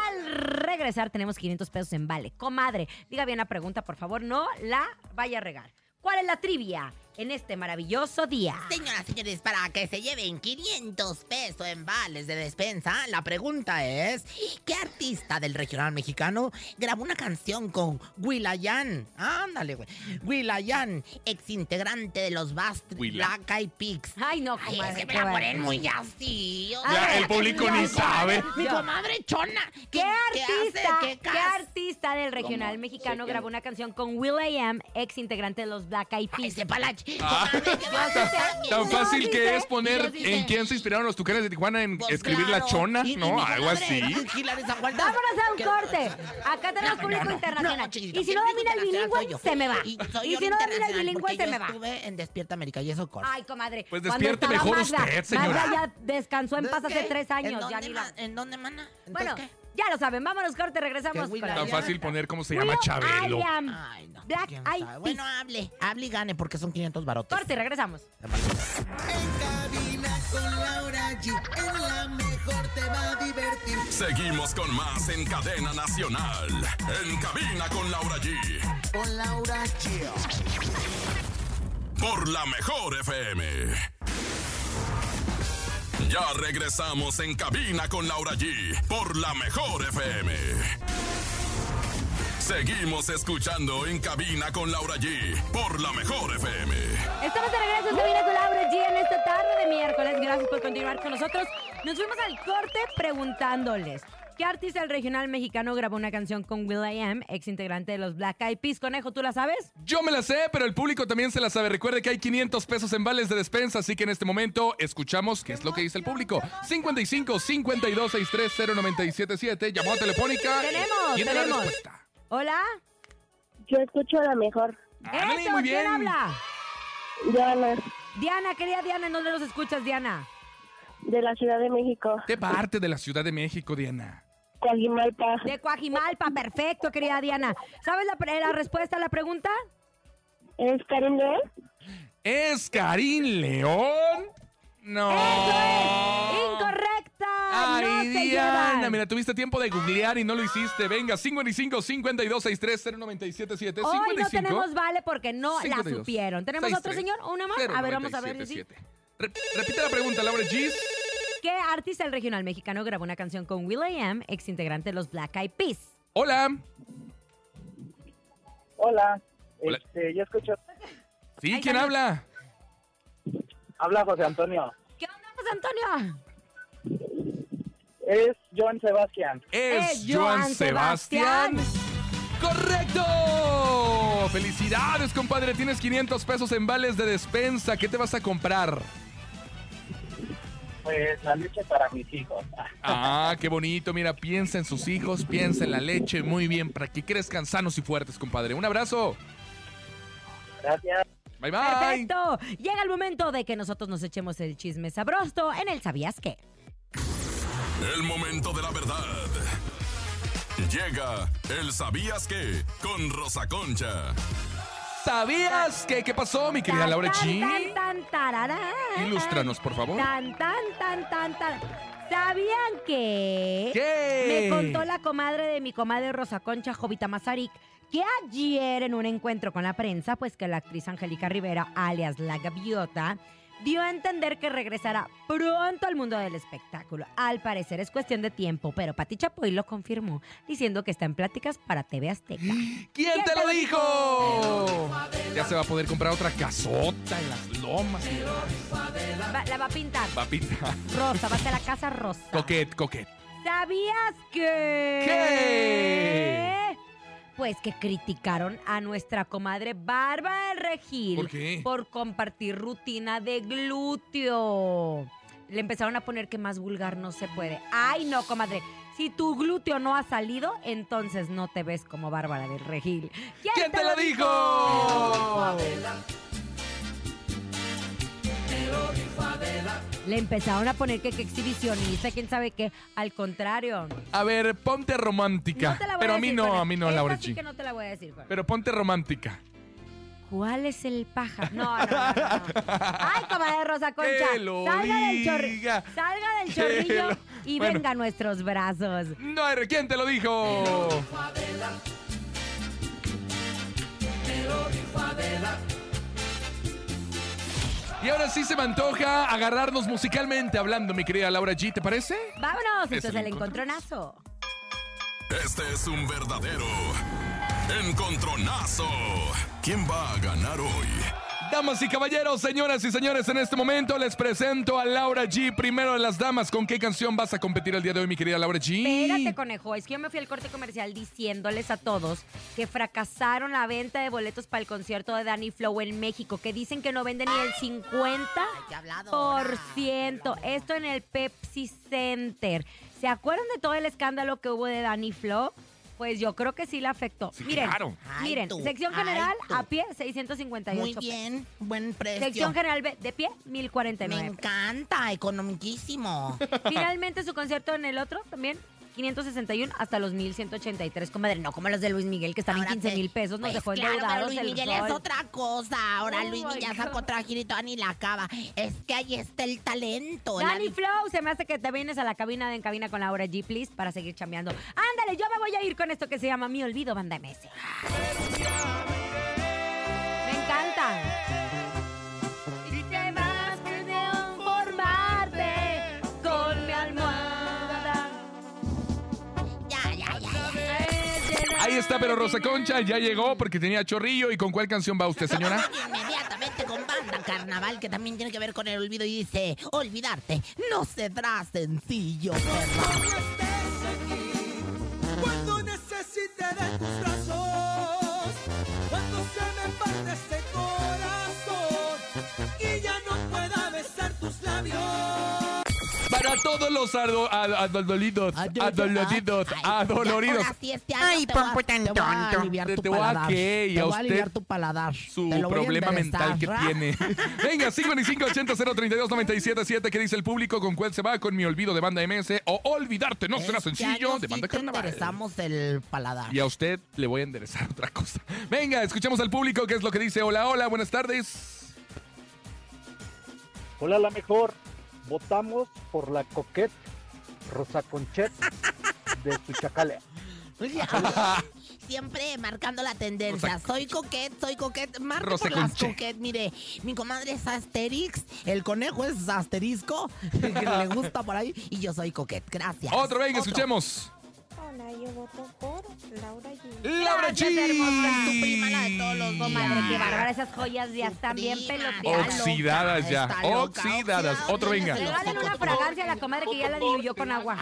D: Al regresar tenemos 500 pesos en Vale. Comadre, diga bien la pregunta, por favor. No la vaya a regar. ¿Cuál es la trivia en este maravilloso día?
C: Señoras, señores, para que se lleven 500 pesos en vales de despensa, la pregunta es, ¿qué artista del regional mexicano grabó una canción con Will.i.am? Ándale, güey. Will.i.am, ex integrante de los Bast
B: Willa.
C: Black Eyed Peas.
D: Ay, no,
C: Ay,
D: comadre.
C: es que me
D: qué
C: la
D: barbaridad.
C: ponen muy así. o
D: Ya,
C: sea,
D: el público
C: mi
D: ni
B: sabe.
C: comadre- Mi comadre chona.
D: ¿Qué artista,
C: hace? ¿Qué,
D: qué
C: cas-
D: artista del regional
F: ¿Cómo?
D: mexicano
F: Sí, que-
D: grabó una canción con Will.i.am, ex integrante de los Black Eyed
C: Ay,
D: Peas?
C: sepa la ch-
B: Ah.
C: comadre, ¿qué vas a
B: Tan,
C: hacer?
B: tan
D: No,
B: fácil
D: dice,
B: que es poner
C: Dios dice.
B: en quién se inspiraron los tucanes de Tijuana en
C: Pues
B: escribir la
C: claro.
B: chona,
C: Y- y mi
B: ¿no? Algo
C: comadre,
B: así.
C: Gil Ariza Gualda.
D: Vámonos a un
C: ¿Qué-
D: corte. Acá tenemos
C: No,
D: público
C: no, no,
D: internacional.
C: no, chiquito,
D: y si
C: el
D: no
C: público
D: domina el
C: internacional soy
D: bilingüe,
C: yo.
D: se me va.
C: Y,
D: Y,
C: soy yo
D: si no domina el
C: internacional,
D: bilingüe,
C: porque
D: se
C: yo
D: me va.
C: estuve en Despierta América y eso corta.
D: Ay, comadre.
B: Pues
D: cuando
B: despierte
D: estaba
B: mejor
D: Magda,
B: usted, señora.
D: Magda ya descansó en paz hace
C: ¿Qué?
D: tres
C: ¿En
D: años.
C: dónde,
D: Ya ni
C: ma-
D: la...
C: ¿En dónde, mana?
D: Bueno,
C: Entonces, ¿qué?
D: ya lo saben. Vámonos, corte. Regresamos.
C: Que Will
D: con la
B: Tan
C: Ay,
B: fácil
C: ya.
B: poner cómo se llama Chabelo.
D: Will.i.am.
C: Ay, no.
D: Black
C: ¿quién
D: Eyed
C: sabe? Bueno, ah. hable. Hable y gane porque son 500 barotes.
D: Corte, regresamos.
A: Seguimos con más en cadena nacional. En cabina con Laura G. Por la mejor FM. Ya regresamos en cabina con Laura G. Por la mejor FM. Seguimos escuchando en cabina con Laura G. Por la mejor FM.
D: Estamos de regreso en Cabina con Laura G en esta tarde de miércoles. Gracias por continuar con nosotros. Nos fuimos al corte preguntándoles. ¿Qué artista del regional mexicano grabó una canción con Will.i.am, ex integrante de los Black Eyed Peas? Conejo, ¿tú la sabes?
B: Yo me la sé, pero el público también se la sabe. Recuerde que hay 500 pesos en vales de despensa, así que en este momento escuchamos qué es lo que dice el público. 55 52 63 0977 llamada telefónica.
D: Tenemos,
B: Tiene la
D: tenemos.
B: respuesta.
D: ¿Hola?
J: Yo escucho la mejor.
B: Ándale,
D: Eso,
B: muy bien.
D: ¿Quién habla?
J: Joana,
D: Diana, querida Diana, ¿en dónde nos escuchas, Diana?
J: de la Ciudad de México.
B: ¿Qué parte de la Ciudad de México, Diana?
J: Coajimalpa.
D: De Coajimalpa, perfecto, querida Diana. ¿Sabes la, pre- la respuesta a la pregunta?
J: ¿Es Karen León?
B: ¿Es Karim León? No.
D: ¡Incorrecta! no
B: Oh. Ay,
D: se
B: Diana,
D: llevan.
B: mira, tuviste tiempo de googlear y no lo hiciste. Venga, 55 52 63 0977
D: Hoy
B: 55
D: no tenemos vale porque no la
B: 52,
D: supieron. ¿Tenemos otro
B: 63,
D: señor? ¿Una más? A ver, vamos a ver.
B: 0977. Re- repite la pregunta, Laura Gis.
D: ¿Qué artista del regional mexicano grabó una canción con Will.i.am, ex integrante de los Black Eyed Peas?
B: Hola.
K: Hola.
B: Hola.
K: Este, yo escucho.
B: Sí,
D: Ahí
B: ¿quién
D: está.
B: habla?
K: Habla José Antonio.
D: ¿Qué onda, pues, Antonio?
K: Es Joan Sebastián.
B: Es
D: Eh,
B: Joan
D: Joan
B: Sebastián. ¡Correcto! ¡Felicidades, compadre! Tienes 500 pesos en vales de despensa. ¿Qué te vas a comprar?
K: Pues la leche para mis hijos.
B: Ah, qué bonito. Mira, piensa en sus hijos, piensa en la leche. Muy bien, para que crezcan sanos y fuertes, compadre. Un abrazo.
K: Gracias.
B: Bye, bye.
D: Perfecto. Llega el momento de que nosotros nos echemos el chisme sabroso en el ¿Sabías qué?
A: El momento de la verdad. Llega el sabías que con Rosa Concha.
B: ¿Sabías qué? ¿Qué pasó, mi querida
D: Tan,
B: Laura
D: tan,
B: G?
D: tan, tan, tararán.
B: Ilústranos, por favor.
D: Tan, tan, tan, tan, tan. ¿Sabían que?
B: ¿Qué?
D: Me contó la comadre de mi comadre Rosa Concha, Jovita Mazarik, que ayer en un encuentro con la prensa, pues que la actriz Angélica Rivera, alias La Gaviota, dio a entender que regresará pronto al mundo del espectáculo. Al parecer es cuestión de tiempo, pero Pati Chapoy lo confirmó, diciendo que está en pláticas para TV Azteca.
B: ¿Quién te lo dijo? Ya se va a poder comprar otra casota en las lomas.
D: Va- la va a pintar
B: Papita.
D: rosa, va a ser la casa rosa.
B: Coquet, coquet.
D: ¿Sabías que?
B: ¿Qué?
D: Pues que criticaron a nuestra comadre Bárbara del Regil
B: ¿Por qué?
D: por compartir rutina de glúteo. Le empezaron a poner que más vulgar no se puede. Ay, no, comadre. Si tu glúteo no ha salido, entonces no te ves como Bárbara del Regil. ¿Quién,
B: ¿Quién te lo dijo?
D: Le empezaron a poner que, que exhibicionista, quién sabe qué. Al contrario.
B: A ver, ponte romántica.
D: No te la voy
B: Pero a mí
D: decir,
B: no,
D: Juana.
B: a mí no,
D: Esta
B: Laura
D: sí que
B: G.
D: no te la voy a decir, Juana.
B: Pero ponte romántica.
D: ¿Cuál es el pájaro? No, no, no, no, no. Ay, comadre Rosa Concha.
B: Que lo
D: salga, del
B: diga.
D: chorri- salga del
B: Que
D: chorrillo
B: lo-
D: y
B: Bueno.
D: venga a nuestros brazos.
B: No, a ver, ¿quién te lo dijo? Y ahora sí se me antoja agarrarnos musicalmente hablando, mi querida Laura G, ¿te parece?
D: Vámonos,
B: Es
D: esto es
B: el
D: el encontronazo.
A: Este es un verdadero encontronazo. ¿Quién va a ganar hoy?
B: Damas y caballeros, señoras y señores, en este momento les presento a Laura G, primero de las damas. ¿Con qué canción vas a competir el día de hoy, mi querida Laura G?
D: Espérate, conejo. Es que yo me fui al corte comercial diciéndoles a todos que fracasaron la venta de boletos para el concierto de Danny Flow en México, que dicen que no venden ni el 50
C: Ay, qué hablado.
D: por ciento. Esto en el Pepsi Center. ¿Se acuerdan de todo el escándalo que hubo de Danny Flo? Pues yo creo que sí le afectó.
B: Sí,
D: miren,
B: claro.
C: Ay,
D: miren,
C: tú,
D: sección
C: ay,
D: general
C: tú.
D: a pie 658.
C: Muy
D: pesos.
C: bien, buen precio.
D: Sección general de de pie
C: Me
D: 1049. pesos.
C: encanta, economiquísimo.
D: Finalmente su concierto en el otro también 561 hasta los 1183, comadre, no como los de Luis Miguel que están
C: Ahora
D: en 15
C: que-
D: mil pesos, nos
C: pues
D: dejó
C: claro, pero
D: endeudados
C: Luis
D: el
C: Miguel
D: sol.
C: es otra cosa. Ahora
D: Oh
C: Luis
D: my
C: Miguel ya
D: God.
C: sacó otra gira y todavía ni la acaba. Es que ahí está el talento. la
D: Danny Flow, se me hace que te vienes a la cabina de En Cabina con Laura G, please, para seguir chambeando. Ándale, yo me voy a ir con esto que se llama Mi Olvido, banda MS. Me encanta. Y te vas por formarte con mi almohada.
C: Ya, ya, ya, ya.
B: Ahí está, pero Rosa Concha ya llegó porque tenía chorrillo. ¿Y con cuál canción va usted, señora?
C: Inmediatamente con banda carnaval que también tiene que ver con el olvido y dice, olvidarte no será sencillo. ¿verdad?
L: Cuando necesite de tus brazos, cuando se me parte este corazón y ya no pueda besar tus labios.
B: a todos los ado- a- adoloridos,
C: Ah,
B: adoloridos, adoloridos.
C: Ahora sí, este año te voy a- te voy a aliviar
B: Te-
C: tu
B: te voy a
C: paladar.
B: qué, y
C: Te
B: a
C: voy a
B: usted
C: aliviar tu paladar.
B: su
C: Te lo voy a
B: problema
C: enderezar,
B: mental que
C: ra.
B: tiene. Venga, 5580-032-977, ¿qué dice el público? ¿Con cuál se va? ¿Con mi olvido de banda MS? ¿O olvidarte? No será
C: Este
B: sencillo,
C: año
B: de
C: sí
B: banda
C: te
B: carnaval.
C: enderezamos el paladar.
B: Y a usted le voy a enderezar otra cosa. Venga, escuchemos al público, ¿qué es lo que dice? Hola, hola, buenas tardes.
M: Hola, la mejor. Votamos por la coquette Rosa Conchet de Tuchacale.
C: Siempre marcando la tendencia. soy coquet, soy coquet. Marco
M: Rosa
C: por las
M: Conche.
C: coquet. Mire, mi comadre es Asterix. El conejo es asterisco. Que le gusta por ahí. Y yo soy coquet. Gracias.
B: Otro, venga, escuchemos.
N: Hola, yo voto por Laura G.
B: Laura G.
D: Tu prima, la de todos los dos, madre. Qué bárbara, esas joyas ya están bien peloteadas.
B: Oxidadas ya,
C: está loca,
B: oxidadas. Otro, venga.
D: Regalen una fragancia a la comadre que ya la diluyó con agua.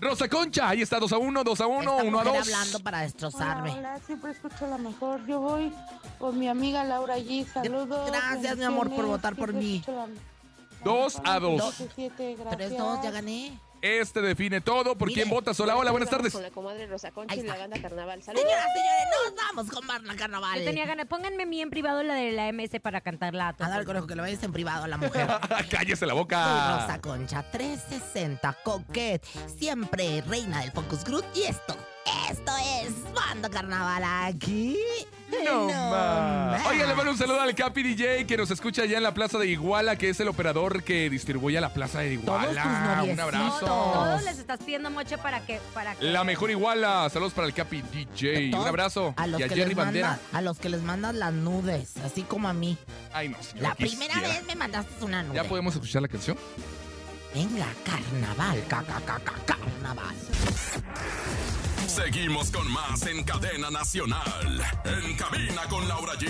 B: Rosa Concha, ahí está 2 a 1, 2 a 1, 1 a
C: mujer
B: 2.
C: hablando para destrozarme.
N: Hola, siempre escucho la mejor. Yo voy con mi amiga Laura G. Saludos.
C: Gracias, mi amor, por
N: bendiciones.
C: votar por
N: Siempre
C: mí.
N: escucho la-
B: 2 a 2.
N: 17, gracias.
C: Tres, dos, ya gané.
B: Este define todo. ¿Por quién votas? Hola, hola, buenas tardes.
G: Con la comadre Rosa Concha y la banda Carnaval. Saludos.
C: Señoras, señores, nos vamos con Barna Carnaval.
D: Yo tenía ganas. Pónganme a mí en privado la de la MS para cantarla a todos.
C: Ándale, conejo, que lo vayas en privado a la mujer.
B: Ah, Cállese la
C: Tu Rosa
B: boca.
C: Concha 360 Coquet, siempre reina del Focus Group. Y esto, esto es Banda Carnaval aquí.
B: No más.
C: más.
B: Oiga, le mando un saludo al Capi DJ que nos escucha allá en la plaza de Iguala, que es el operador que distribuye a la plaza de Iguala. Un abrazo.
D: Todos les estás pidiendo moche para que. Para que
B: La mejor Iguala. Saludos para el Capi DJ. Un abrazo.
C: A los,
B: Y a
C: que
B: Jerry
C: les manda,
B: Bandera.
C: a los que les mandas las nudes, así como a mí.
B: Ay, no, señor.
C: La primera
B: quisiera.
C: vez me mandaste una nude.
B: ¿Ya podemos escuchar la canción?
C: Venga, carnaval, ca, ca, ca, ca, carnaval.
A: Seguimos con más en Cadena Nacional. En cabina con Laura G.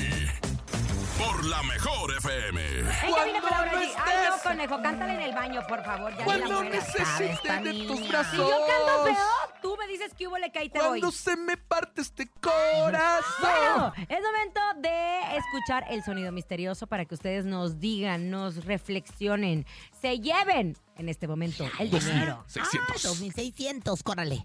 A: Por la mejor FM.
D: Ay, camina con Laura
L: Cuando
D: G.
L: no
D: Ay, no,
L: estés-
D: conejo, cántale en el baño, por favor. Ya
L: Cuando
D: ni la mueras.
L: necesite
D: Esta
L: de
D: niña.
L: tus brazos.
D: Si yo canto feo, tú me dices que hubo le caí te voy.
L: Cuando
B: se me parte este corazón.
D: Bueno, es momento de escuchar el sonido misterioso para que ustedes nos digan, nos reflexionen, se lleven en este momento el dinero.
C: Ah,
A: 600.
C: 2600, córale.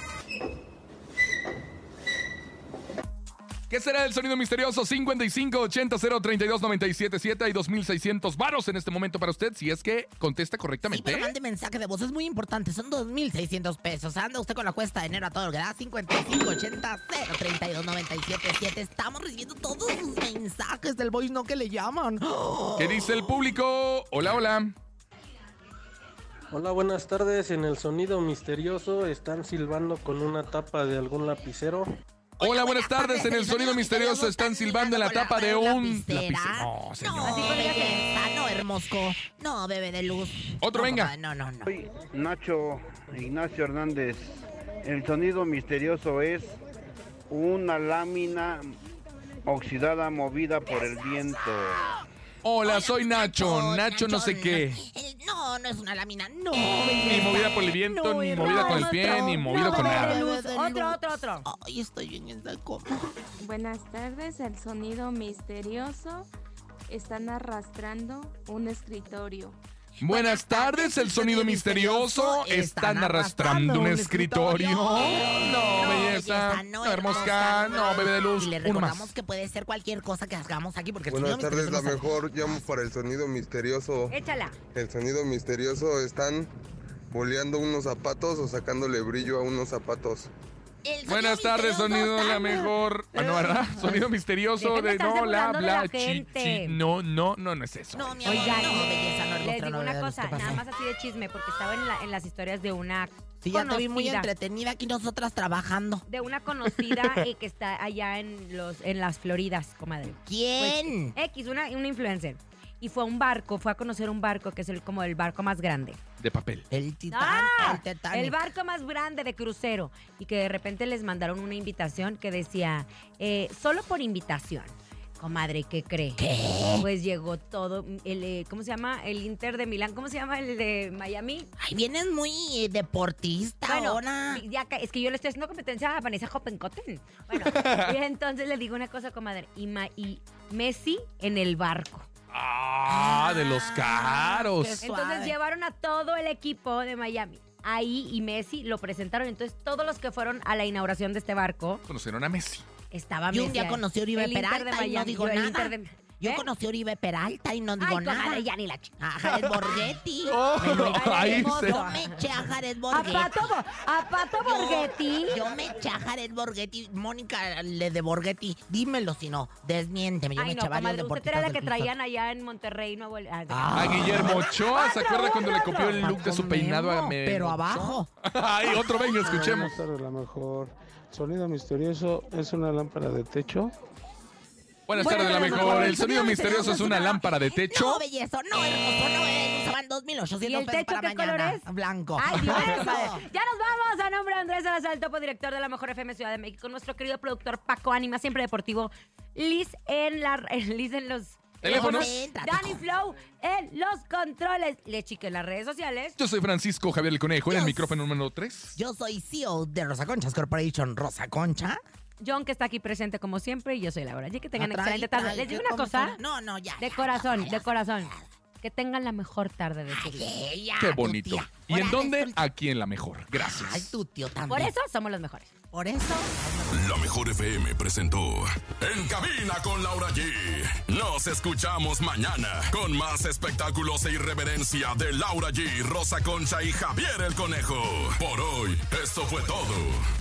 B: ¿Qué será el sonido misterioso? 55 80 0 32 97 7 y 2600 varos en este momento para usted, si es que contesta
C: Sí,
B: correctamente.
C: pero mande mensaje de voz, es muy importante. Son 2,600 pesos. Anda usted con la cuesta de enero a todo lo que da. 5580 032 977. Estamos recibiendo todos sus mensajes del voice, no que le llaman.
B: ¿Qué dice el público? Hola, hola.
O: Hola, buenas tardes. En el sonido misterioso están silbando con una tapa de algún lapicero.
B: Hola, buenas tardes. En el sonido misterioso están silbando en la tapa de un lapicero. No, señor.
C: Así no, hermosco. No, bebé de luz.
B: Otro,
C: No,
B: venga.
C: papá, No, no, no.
P: Nacho Ignacio Hernández. El sonido misterioso es una lámina oxidada movida por el viento.
B: Hola, soy Nacho. Nacho no sé qué.
C: El- eh, no, no es una lámina. No,
B: Ni movida por el viento, ni movida con el pie, ni movida con nada.
D: Otro, otro, otro.
C: Ay, estoy en esta coma.
N: Buenas tardes, el sonido misterioso. Están arrastrando un escritorio.
B: Buenas tardes, el sonido misterioso. Están arrastrando un escritorio. No, belleza. No, hermosa. No, bebé de luz.
C: Y le
B: Uno más.
C: recordamos que puede ser cualquier cosa que hagamos aquí porque el
Q: Buenas
C: sonido
Q: tardes, la
C: misterioso no
Q: mejor. Llamo para el sonido misterioso.
C: sabe.
Q: El sonido misterioso están boleando unos zapatos o sacándole brillo a unos zapatos.
B: Buenas tardes, sonido la mejor. Ah, no, ¿verdad? Sonido misterioso
D: Dejen de
B: de
D: estarse
B: no, la,
D: burlando de la
B: bla, chi,
D: gente.
B: chi. No, no, no, no es eso.
D: Oigan,
C: es
D: les
C: nuestra
D: digo una
C: novedad,
D: cosa,
C: ¿qué pasó?
D: nada más así de chisme, porque estaba en, la- en las historias de una
C: Sí, ya te vi muy
D: conocida. Pues,
C: entretenida aquí nosotras trabajando.
D: de una conocida eh, que está allá en los en las Floridas, comadre.
C: ¿Quién?
D: Pues, X, una, una influencer. Y fue a un barco, fue a conocer un barco que es el, como el barco más grande.
B: De papel.
C: El titán,
D: ¡Ah!
C: el Titanic.
D: El barco más grande de crucero. Y que de repente les mandaron una invitación que decía, eh, solo por invitación. Comadre, ¿qué cree? Pues llegó todo, el, eh, ¿cómo se llama? El Inter de Milán, ¿cómo se llama? El de Miami.
C: Ay, vienes muy eh, deportista
D: Bueno,
C: ahora.
D: ya ca- es que yo le estoy haciendo competencia a Vanessa Hoppenkotten. Bueno, y entonces le digo una cosa, comadre. Y, Ma- y Messi en el barco.
B: Ah, de los caros.
D: Entonces llevaron a todo el equipo de Miami. Ahí y Messi lo presentaron. Entonces todos los que fueron a la inauguración de este barco
B: Conocieron a Messi.
D: estaba
C: Yo
D: Messi.
C: un día
D: ahí.
C: conocí a Oribe
D: El Inter de
C: Peralta y no
D: Miami,
C: digo
D: el
C: nada.
D: Inter de-
C: Yo
D: ¿Eh?
C: conocí a Oribe Peralta y no digo
D: Ay,
C: nada.
D: comadre, ya ni la ch-
C: A Jared Borghetti.
B: Oh,
C: Me lo eché.
B: ahí se-
C: Yo me eché a Jared
D: A
C: Borghetti.
D: Pato, Bo- a Pato
C: Yo-
D: Borghetti.
C: Yo, me eché a Jared Borghetti. Mónica, le de Borghetti, dímelo si no. Desmiénteme. Yo me
D: Ay,
C: eché
D: no,
C: varios
D: comadre, usted
C: deportistas
D: era la
C: del
D: que
C: Cruz Azul. Ah,
D: traían allá en Monterrey, Nuevo León.
B: A Guillermo Ochoa, ¿se acuerda cuando le copió el look de su peinado a Memo
C: Pero
B: Ochoa?
C: abajo.
B: Ay, otro venga, escuchemos.
R: Buenas tardes, la mejor. Sonido misterioso es una lámpara de techo.
B: Buenas tardes, la mejor. El sonido misterioso es una lámpara de techo.
C: No, belleza, no, hermoso, no eh, es. Usaban
D: ¿Y
C: 2.800
D: el
C: pesos
D: techo
C: para
D: qué color
C: mañana.
D: es?
C: Blanco.
D: Ay, Dios Ya nos vamos a nombre de Andrés Salazar, el topo director de la Mejor FM Ciudad de México, nuestro querido productor Paco Ánima, siempre deportivo, Liz en, la, Liz en los...
B: Teléfonos.
D: Dani Flow en los controles. Le chique en las redes sociales.
B: Yo soy Francisco Javier el Conejo, en el micrófono número 3.
C: Yo soy CEO de Rosa Conchas Corporation. Rosa Concha.
D: John, que está aquí presente como siempre, y yo soy Laura. Y que tengan
C: Atrás,
D: excelente tarde.
C: atrás,
D: Les digo
C: yo
D: una
C: como
D: cosa.
C: sola. No, no, ya.
D: De corazón, de corazón. Que tengan la mejor tarde de su vida.
C: Ella,
B: Qué
C: tu
B: bonito.
C: tía.
B: ¿Y en dónde? Aquí en la mejor.
C: Ay,
B: Gracias.
C: tu tío también.
D: Por eso somos los mejores.
C: Por eso.
A: La mejor FM presentó En cabina con Laura G. Nos escuchamos mañana con más espectáculos e irreverencia de Laura G, Rosa Concha y Javier el Conejo. Por hoy, esto fue todo.